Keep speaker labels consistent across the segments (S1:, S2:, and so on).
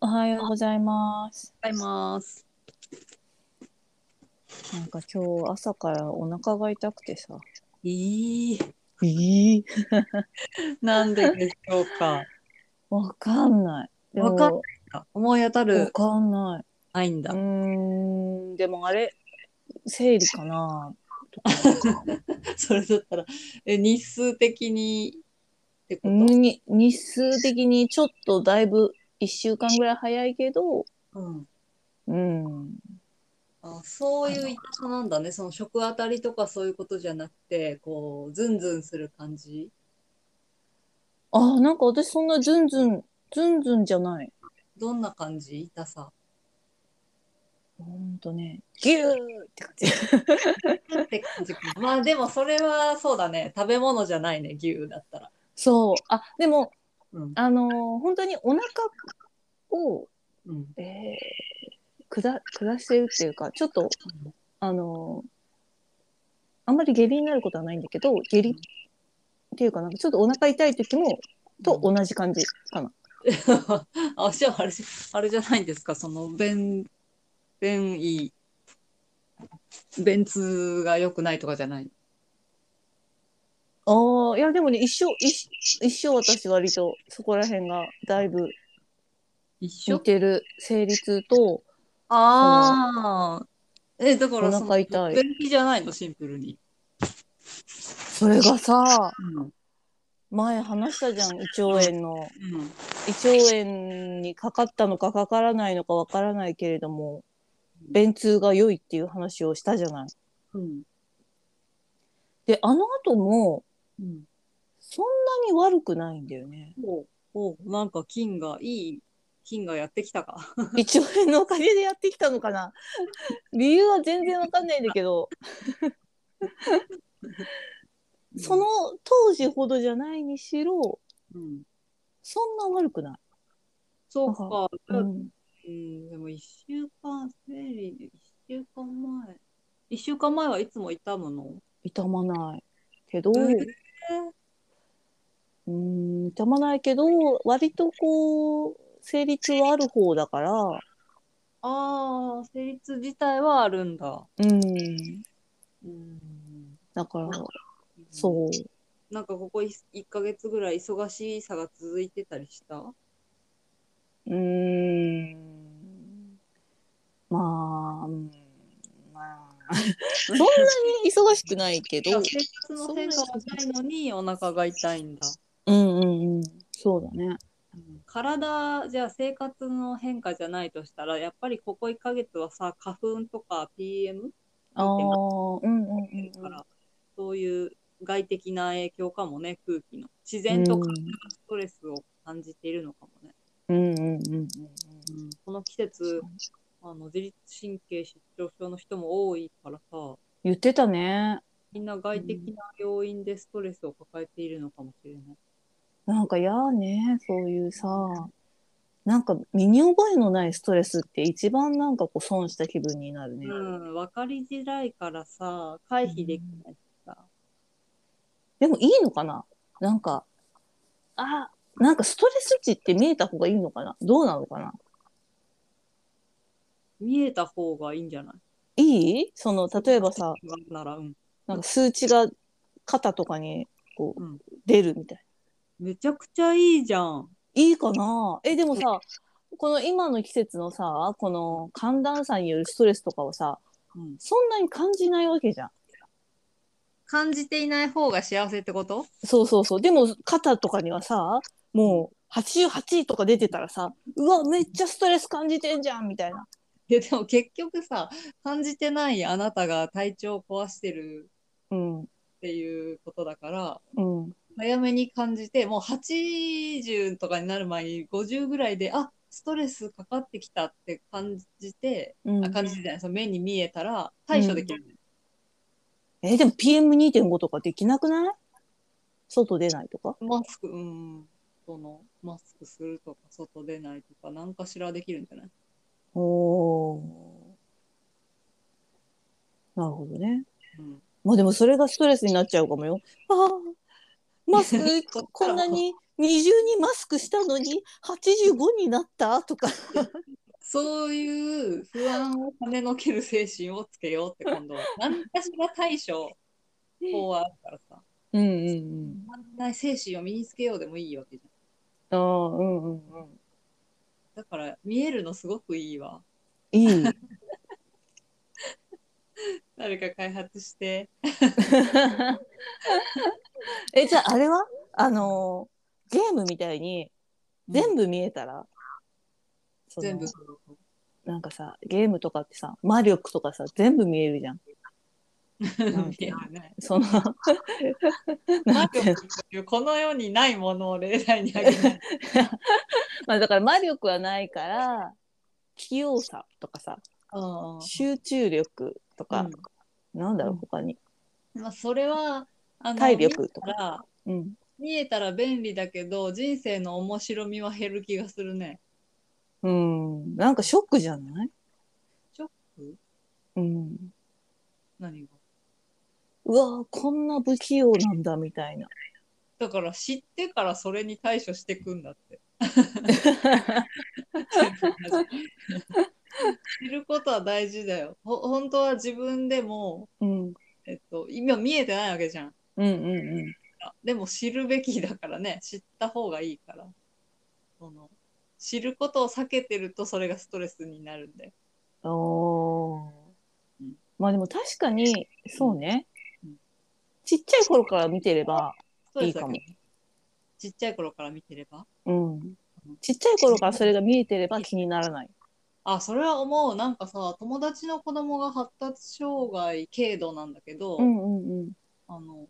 S1: おはようございます。
S2: ございます。
S1: なんか今日朝からお腹が痛くてさ。
S2: いい。
S1: ええ
S2: なんででしょうか。
S1: わかんない。でも
S2: わかん思い当た
S1: わ
S2: る。
S1: かんない。
S2: ないん
S1: う
S2: だ。
S1: ーん、でもあれ、生理かな。
S2: それだったら、え、日数的に。ってこと。
S1: に日数的にちょっとだいぶ1週間ぐらい早いけど、
S2: うん。
S1: うん、
S2: あ、そういう痛さなんだね。その食当たりとか、そういうことじゃなくて、こう、ズンズンする感じ。
S1: あなんか私そんなズンズンズンズンじゃない。
S2: どんな感じ、痛さ。
S1: ほんとね、ギューって感じ。
S2: って感じかな。ま あ、でも、それはそうだね。食べ物じゃないね。牛だったら。
S1: そう。あでも、
S2: うん。
S1: あのー本当にお腹を
S2: うん。
S1: えー、下下してるっていうかちょっとあのーあんまり下痢になることはないんだけど下痢っていうかなんかちょっとお腹痛い時もと同じ感じかな。
S2: あ、じゃああれじゃあれじゃないんですか、その便便意便通が良くないとかじゃない。
S1: ああいやでもね一生一生一生私割とそこら辺がだいぶ
S2: 一
S1: 似てる生理痛と
S2: ああ。え、だから
S1: お腹
S2: その
S1: 痛い
S2: 便秘じゃないの、シンプルに。
S1: それがさ
S2: うん。
S1: 前話したじゃん胃腸炎の
S2: うん、
S1: 胃腸炎にかかったのかかからないのかわからないけれども便通が良いっていう話をしたじゃない。
S2: うん。
S1: であの後も
S2: うん。。
S1: そんなに悪くないんだよね
S2: おおなんか菌が、いい菌がやってきたか。
S1: 胃腸炎のおかげでやってきたのかな 理由は全然わかんないんだけどその、当時ほどじゃないにしろ
S2: うん。
S1: そんな悪くない。
S2: そうか。
S1: うん、
S2: うん、でも1週間、生理で1週間前。1週間前はいつも痛むの
S1: 痛まないけど、
S2: えー
S1: うん痛まないけど割とこう生理痛はある方だから。
S2: ああ、生理痛自体はあるんだ。
S1: うん、
S2: うん、
S1: だから、そう。
S2: う。なんかここ1ヶ月ぐらい忙しさが続いてたりした
S1: うーん。まあ、うんまあ、そんなに忙しくないけ
S2: いや
S1: ど、
S2: 生活の変化はないのにお腹が痛いんだ。
S1: うんうんうん、そうだね。
S2: うん体、じゃあ生活の変化じゃないとしたら、やっぱりここ1ヶ月はさ、花粉とか PM
S1: ああ、うんうんうん
S2: っていう
S1: う
S2: か
S1: ん。
S2: ら、そういう外的な影響かもね、空気の。自然と体がストレスを感じているのかもね。
S1: うんうんうんうん
S2: うん、この季節、あの自律神経失調症の人も多いからさ、
S1: 言ってたね。
S2: みんな外的な要因でストレスを抱えているのかもしれない。
S1: なんか嫌ね、そういうさ、なんか身に覚えのないストレスって一番なんかこう損した気分になるね。
S2: うん、分かりづらいからさ、回避できないしさ。
S1: でもいいのかななんか、あ、なんかストレス値って見えた方がいいのかなどうなのかな
S2: 見えた方がいいんじゃない
S1: いいその例えばさ
S2: なら、うん。
S1: なんか数値が肩とかにこう、
S2: うん
S1: 出るみたい
S2: めちゃくちゃいいじゃん。
S1: ないいかなえでもさこの今の季節のさこの寒暖差によるストレスとかをさ
S2: うん、
S1: そんなに感じないわけじゃん
S2: 感じていない方が幸せってこと
S1: そうそうそうでも肩とかにはさもう88とか出てたらさうわめっちゃストレス感じてんじゃんみたいない
S2: やでも結局さ感じてないあなたが体調を壊してる
S1: うん
S2: っていうことだから
S1: うん
S2: 早めに感じてもう80とかになる前に50ぐらいであストレスかかってきたって感じて、
S1: うん
S2: あ感じてないその目に見えたら対処できる、
S1: えでも PM2.5 とかできなくない外出ないとか
S2: マスクうんそのマスクするとか外出ないとか何かしらできるんじゃない
S1: おおー。なるほどね。
S2: うん
S1: まあでもそれがストレスになっちゃうかもよ。ああ、マスクこんなに二重にマスクしたのに85になったとか
S2: そういう不安を跳ねのける精神をつけようって 今度は。何かしら対処法はあるからさ。
S1: うんうんうん
S2: なんない精神を身につけようでもいいわけじゃん。
S1: ああうんうんうん
S2: だから見えるのすごくいいわ。
S1: いい
S2: 誰か開発して。
S1: えじゃああれはあのーゲームみたいに全部見えたら、その
S2: 全部。
S1: なんかさゲームとかってさ魔力とかさ全部見えるじゃんん
S2: 見えるね。
S1: そ のな
S2: 魔
S1: んていうの
S2: 力というこの世にないものを例題にあげ ない。
S1: まあだから魔力はないから器用さとかさ
S2: うん
S1: 集中力とか、なんだろ
S2: う
S1: うん他に、
S2: まあ、それはあの
S1: 体力とか
S2: 見えたら
S1: うん、
S2: 見えたら便利だけど人生の面白みは減る気がするね。
S1: うん、なんかショックじゃない
S2: ショック
S1: うん
S2: 何が
S1: うわーこんな不器用なんだみたいな
S2: だから知ってからそれに対処してくん だって。知ることは大事だよ。ほ本当は自分でも、
S1: うんうん
S2: えっと、今見えてないわけじゃん。
S1: うんうん
S2: でも知るべきだからね知った方がいいからその知ることを避けてるとそれがストレスになるんで
S1: おー
S2: うん
S1: まあでも確かにそうね、
S2: うん
S1: ちっちゃい頃から見てれば
S2: スト
S1: い
S2: レ
S1: い
S2: スだけ
S1: かも、
S2: ちっちゃい頃から見てれば
S1: うん、ちっちゃい頃からそれが見えてれば気にならない
S2: あそれは思うなんかさ友達の子供が発達障害軽度なんだけど、
S1: んうんうん
S2: あの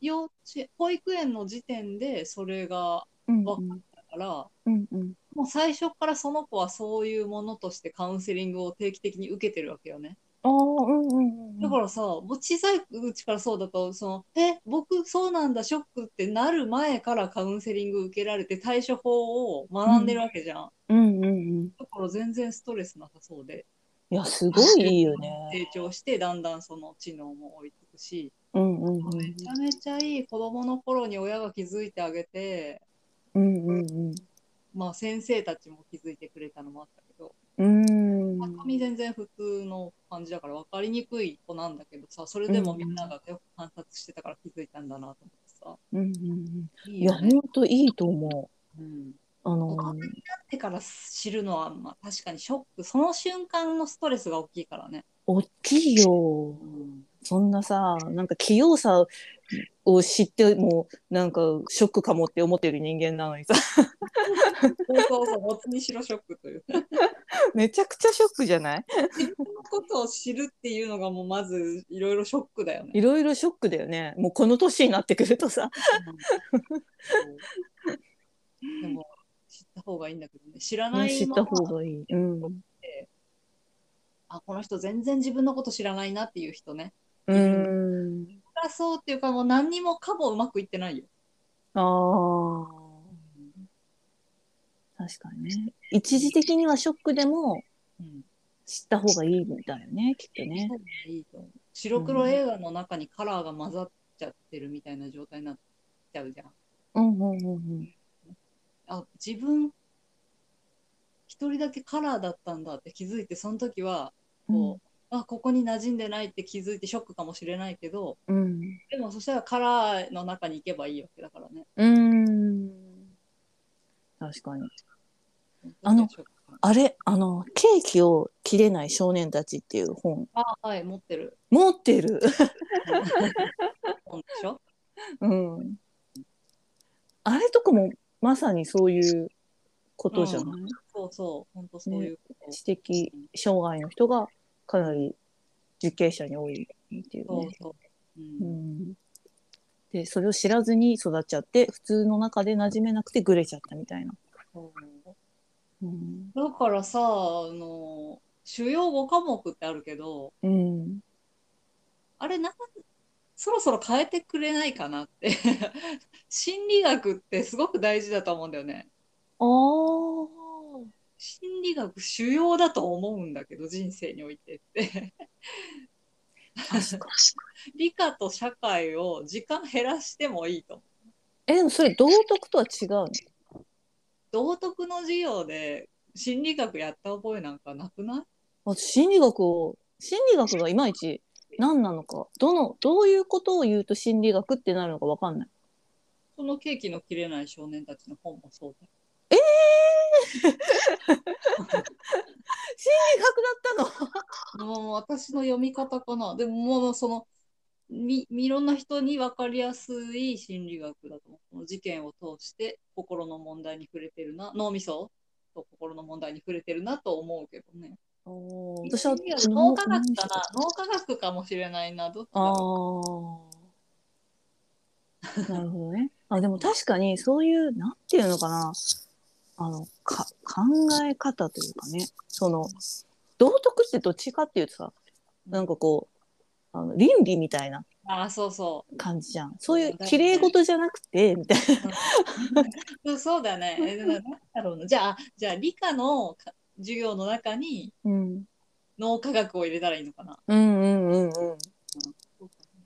S2: 幼稚保育園の時点でそれが
S1: うん
S2: 分かったから、
S1: うんうん
S2: もう最初からその子はそういうものとしてカウンセリングを定期的に受けてるわけよね。
S1: ああうんうんうん
S2: だからさ、もう小さいうちからそうだと、その、え、僕そうなんだ、ショックってなる前からカウンセリング受けられて対処法を学んでるわけじゃん。
S1: うんうんうん
S2: だから全然ストレスなさそうで。
S1: いやすごいいいよね
S2: 成長して、だんだんその知能も追いつくし、
S1: うんうんうん
S2: めちゃめちゃいい子供の頃に親が気づいてあげて、
S1: うんうん
S2: まあ先生たちも気づいてくれたのもあったけど、
S1: うんうん
S2: 中身全然普通の感じだから分かりにくい子なんだけどさ、それでもみんながよく観察してたから気づいたんだなと思ってさ。
S1: うんうん
S2: い
S1: いや本当いいと思
S2: うん、
S1: うあの
S2: 大人になってから知るのは、まあ、確かにショックその瞬間のストレスが大きいからね、
S1: 大きいよ
S2: うん、
S1: そんなさなんか器用さを知ってもなんかショックかもって思ってる人間なのにさ
S2: そうそうそうもつにしろショックという 自
S1: めちゃくちゃショックじゃない
S2: 分のことを知るっていうのがもうまずいろいろショックだよね
S1: いろいろショックだよねもうこの年になってくるとさ
S2: うんでも知った方がいいんだけどね知らない
S1: 知っ
S2: ま
S1: た
S2: ま
S1: 方がいい、うん、
S2: あこの人全然自分のこと知らないなっていう人ね
S1: うん
S2: そりゃそうっていうかもう何にもかもうまくいってないよ、
S1: あー確かにね一時的にはショックでも
S2: うん
S1: 知った方がいいんだよねきっとね
S2: そうねいいと思う白黒映画の中にカラーが混ざっちゃってるみたいな状態になっちゃうじゃん。
S1: うんうんうんうん
S2: あ自分一人だけカラーだったんだって気づいてその時はこう、あここに馴染んでないって気づいてショックかもしれないけど
S1: うん
S2: でもそしたらカラーの中に行けばいいわけだからね。
S1: うん確かにあのあれあのケーキを切れない少年たちっていう本
S2: あはい持ってる。
S1: 持ってる
S2: 本でしょ
S1: うんあれとかもまさにそういうことじゃない、
S2: そうそう本当そういうこと。
S1: 知的障害の人がかなり受刑者に多いっていう
S2: そう
S1: ね。
S2: そう。う
S1: うんん、でそれを知らずに育っちゃって普通の中で馴染めなくてグレちゃったみたいな。
S2: そ
S1: う
S2: う
S1: ん
S2: だからさ、あの、主要5科目ってあるけど、
S1: うん、
S2: あれなん、そろそろ変えてくれないかなって。 心理学ってすごく大事だと思うんだよね。
S1: あー
S2: 心理学主要だと思うんだけど、人生においてって。
S1: 確か
S2: 理科と社会を時間減らしてもいいと思
S1: え、でもそれ道徳とは違うの
S2: 道徳の授業で心理学やった覚えなんかなくない
S1: 私心理学を心理学がいまいち何なのかどのどういうことを言うと心理学ってなるのかわかんない
S2: このケーキの切れない少年たちの本もそうだよ。
S1: 心理学だったの
S2: もう私の読み方かな。でももうそのみいろんな人に分かりやすい心理学だと思う。この事件を通して心の問題に触れてるな脳みそと心の問題に触れてるなと思うけどね。
S1: 私は
S2: 脳科学かな脳科学かもしれないな。どっちだ
S1: あ
S2: ろ
S1: あ。なるほどね。あ、でも確かにそういう、なんていうのかな。あの、か、考え方というかね。その、道徳ってどっちかっていうとさ、なんかこう、あの倫理みたいな
S2: うああそうそう。
S1: 感じじゃん。そういう綺麗事じゃなくて、みたいな。
S2: そうそうだね。えでもなんだろうな。じゃあ、じゃあ理科のか授業の中に
S1: うん。
S2: 脳科学を入れたらいいのかな。
S1: うんうんうんうん。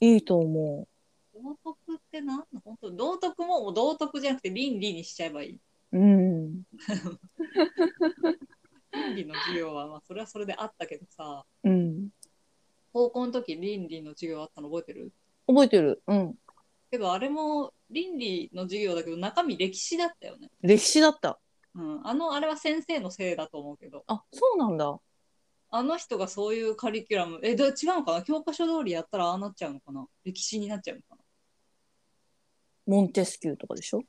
S1: いいと思
S2: 道徳ってなんの本当道徳ももう道徳じゃなくて倫理にしちゃえばいい。
S1: う。うん。
S2: 倫理の授業は、まあ、それはそれであったけどさ、
S1: うん。
S2: 高校の時倫理の授業あったの覚えてる
S1: 覚えてる。うん。
S2: けどあれも倫理の授業だけど中身歴史だったよね。
S1: 歴史だった。
S2: うん、あのあれは先生のせいだと思うけど
S1: あ、そうなんだ。
S2: あの人がそういうカリキュラムえど違うのかな教科書通りやったらああなっちゃうのかな歴史になっちゃうのかな
S1: モンテスキューとかでしょ
S2: こ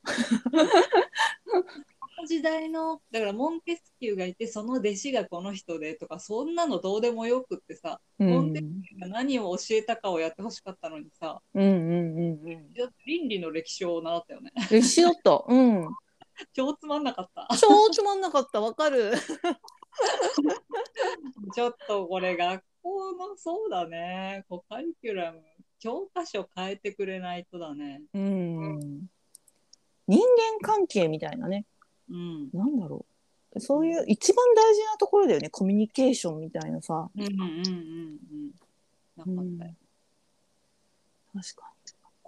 S2: の時代のだからモンテスキューがいてその弟子がこの人でとかそんなのどうでもよくってさ
S1: うん
S2: モンテス何を教えたかをやってほしかったのにさ
S1: うんうんうんうん。
S2: 倫理の歴史を習ったよね
S1: 歴史だった。 うん。
S2: 超つまんなかった
S1: 超つまんなかった。わかる。
S2: ちょっとこれ学校のそうだねこうカリキュラム教科書変えてくれないとだね
S1: うん。人間関係みたいなね。
S2: うん、
S1: なんだろう。そういう一番大事なところだよね。コミュニケーションみたいなさ。
S2: うんうんうんうんなかったよ、
S1: 確か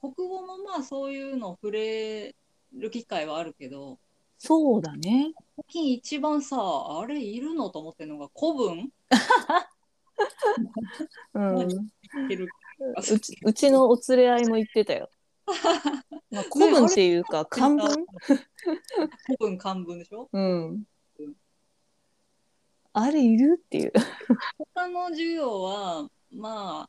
S1: に。
S2: 国語もまあそういうの触れる機会はあるけど、
S1: そうだね。
S2: 最近一番さあれいるのと思ってるのが古 文
S1: うん。
S2: いる
S1: うちうちのお連れ合いも言ってた よ。まあ、古文っていうか漢文
S2: 古文漢文でしょ
S1: うん。あれいるっていう。
S2: 他の授業はまあ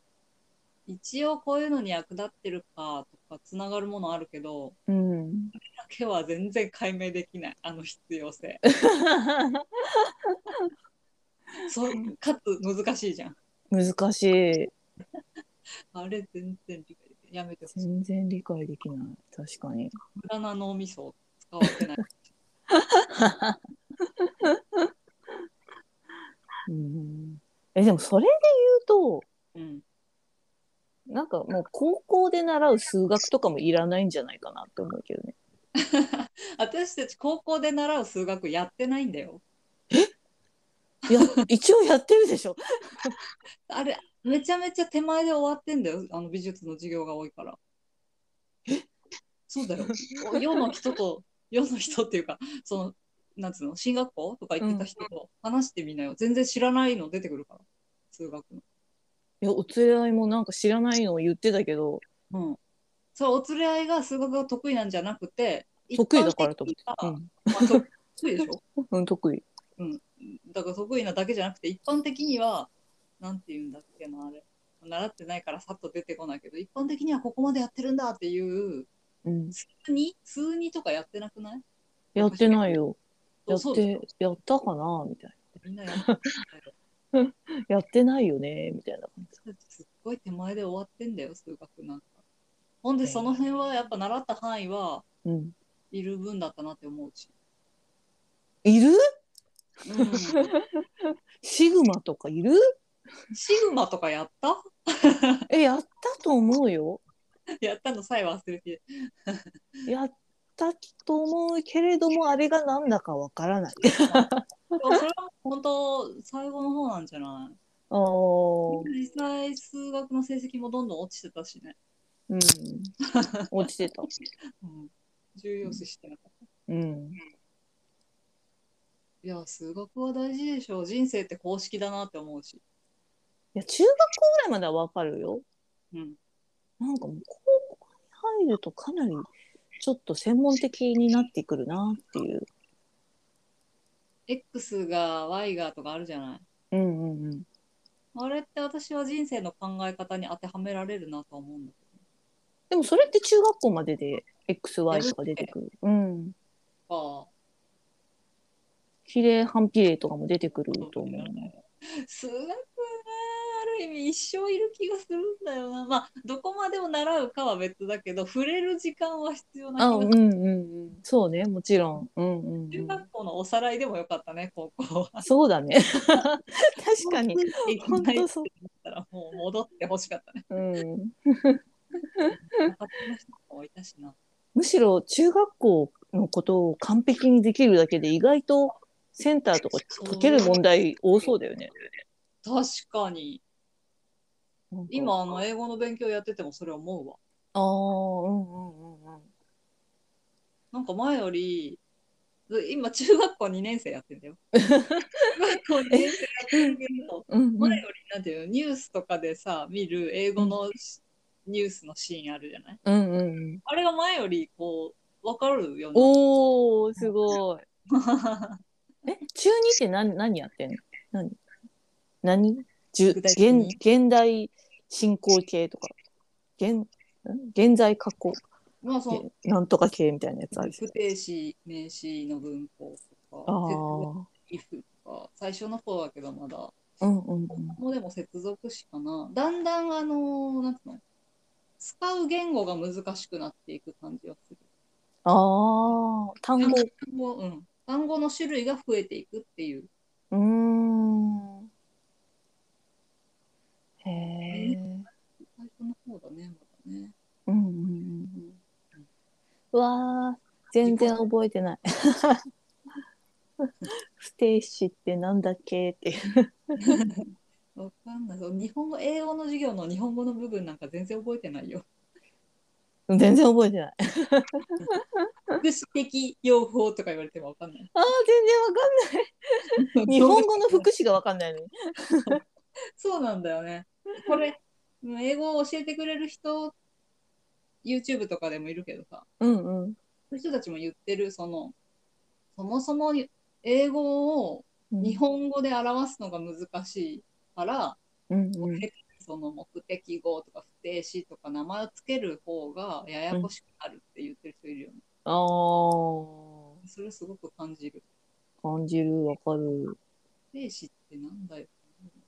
S2: 一応こういうのに役立ってるかとかつながるものあるけど
S1: うん。
S2: だけは全然解明できないあの必要性そうかつ難しいじゃん
S1: 難しい。
S2: あれ全然理解できないやめてほしい
S1: 全然理解できない。確かに。
S2: 無駄な脳みそを使わせない
S1: うん、えでもそれで言うと
S2: うん
S1: なんかもう高校で習う数学とかもいらないんじゃないかなって思うけどね。
S2: 私たち高校で習う数学やってないんだよ
S1: い や一応やってるでしょ。
S2: あれ、めちゃめちゃ手前で終わってんだよ、あの美術の授業が多いから。そうだよ。世の人と、 世の人っていうか、その、なんつうの、進学校とか行ってた人と話してみなよ。全然知らないの出てくるから、数学の。
S1: いやお連れ合いもなんか知らないのを言ってたけど
S2: うん。それ、お連れ合いが数学が得意なんじゃなくて、
S1: 得意だからと思
S2: 一般
S1: って。
S2: 的にはまあ得意でしょ
S1: うん、うん、得意。
S2: だから得意なだけじゃなくて一般的にはなんて言うんだっけなあれ習ってないからさっと出てこないけど一般的にはここまでやってるんだっていう
S1: うん、
S2: 数に数にとかやってなくない
S1: やってないよ。やっ
S2: そうで
S1: てやったかなみたい
S2: すみんなやってるんだよ
S1: な。やってないよねみたいな感じ。
S2: 私たちすっごい手前で終わってんだよ数学なんかほんでその辺はやっぱ習った範囲は
S1: うん。
S2: いる分だったなって思うし、
S1: いる？
S2: うん、
S1: シグマとかいる？
S2: シグマとかやった
S1: えやったと思うよ。
S2: やったのさえ忘れて
S1: やったと思うけれどもあれがなんだかわから ない。
S2: でもそれは本当最後の方なんじゃない
S1: ああ、う
S2: 実際数学 の成績もどんどん落ちてたしね、
S1: ん。落ちてた。
S2: うん、重要視してなかった。
S1: うん。
S2: いや、数学は大事でしょ。人生って公式だなって思うし。
S1: いや、中学校ぐらいまではわかるよ。
S2: うん。
S1: なんかもう高校に入るとかなりちょっと専門的になってくるなっていう。
S2: X が Y がとかあるじゃない。
S1: うんうんうん。
S2: あれって私は人生の考え方に当てはめられるなと思うんだけ
S1: でもそれって中学校までで XY とか出てくる。うん。
S2: ど。
S1: 比例反比例とかも出てくる
S2: ああ。
S1: と思う。
S2: 数学ね、ある意味一生いる気がするんだよな。まあ、どこまでも習うかは別だけど、触れる時間は必要な
S1: あ、
S2: 気
S1: う
S2: が
S1: んう
S2: する。
S1: んうん。そうね、もちろん。うんうん、う
S2: 中
S1: ん。
S2: 学校のおさらいでもよかったね、高校は。
S1: そうだね。確かに。本
S2: 本当
S1: 当
S2: そ
S1: そうう。
S2: たらもう戻ってほしかったね。
S1: うん。
S2: 中田の人もいたしな。
S1: むしろ中学校のことを完璧にできるだけで意外とセンターとか解ける問題多そうだよね。
S2: 確かに。
S1: なんか
S2: 今、あの、英語の勉強やっててもそれ思うわ。
S1: ああ、うんうんうんうん。
S2: なんか前より、今、中学校2年生やっ てんだよ。中学校2年生やってるけど、
S1: うんう
S2: 前
S1: ん
S2: より、なんていうの、ニュースとかでさ、見る英語のしニュースのシーンあるじゃない
S1: うんうん。
S2: あれが前より、こう、わかるよね。
S1: おお、すごい。え、中二って何何やってんの？何？何？じゅ
S2: 具体的
S1: 現
S2: に
S1: 現代進行形とか現ん現在過去
S2: まあ、その、
S1: 形なんとか形みたいなやつあるし。
S2: 不定詞、名詞の文法と
S1: ああ
S2: か、
S1: ー、
S2: if とか、最初の方だけど、まだ。
S1: うんうんうん。
S2: もうでも接続詞かな。だんだん、あのーなんつうの、使う言語が難しくなっていく感じはする。
S1: ああ、単語。
S2: 単語、うん。単語の種類が増えていくっていう。
S1: うーん。へえ。
S2: 最初の方だね、まだね。
S1: うんうんうんうん。うわあ、全然覚えて ない。不定詞ってなんだっけっていう。
S2: わかんない。そう日本語、英語の授業の日本語の部分なんか全然覚えてないよ。
S1: 全然覚えてない。あ
S2: 福祉的用法とか言われてもわかんない。
S1: あ、全然わかんない。日本語の副詞がわかんないのに。
S2: そうなんだよね。これ、うん英語を教えてくれる人、YouTube とかでもいるけどさ、
S1: うんうん。
S2: そういう人たちも言ってる、その、そもそも英語を日本語で表すのが難しいから、
S1: うんうん。
S2: その目的語とか不定詞とか名前をつける方がややこしくなるって言ってる人いるよね。
S1: ああ、
S2: それすごく感じる。
S1: 感じる、わかる。
S2: 不定詞ってなんだよ。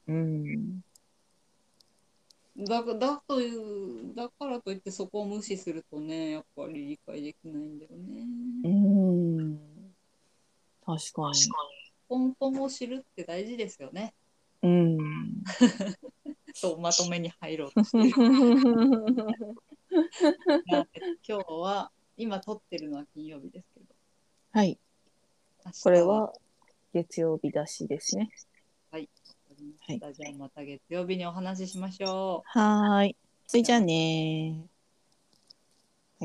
S1: うん。
S2: だだというだからといってそこを無視するとねやっぱり理解できないんだよね。
S1: うん。確かに。
S2: 根本を知るって大事ですよ ね。
S1: うん。
S2: とまとめに入ろうとしてる 今日は今撮ってるのは金曜日ですけど
S1: はい、
S2: 明日
S1: これは月曜日出しですね。
S2: はいわかりましたじゃあまた月曜日にお話ししましょう。
S1: はーい。それじゃあねー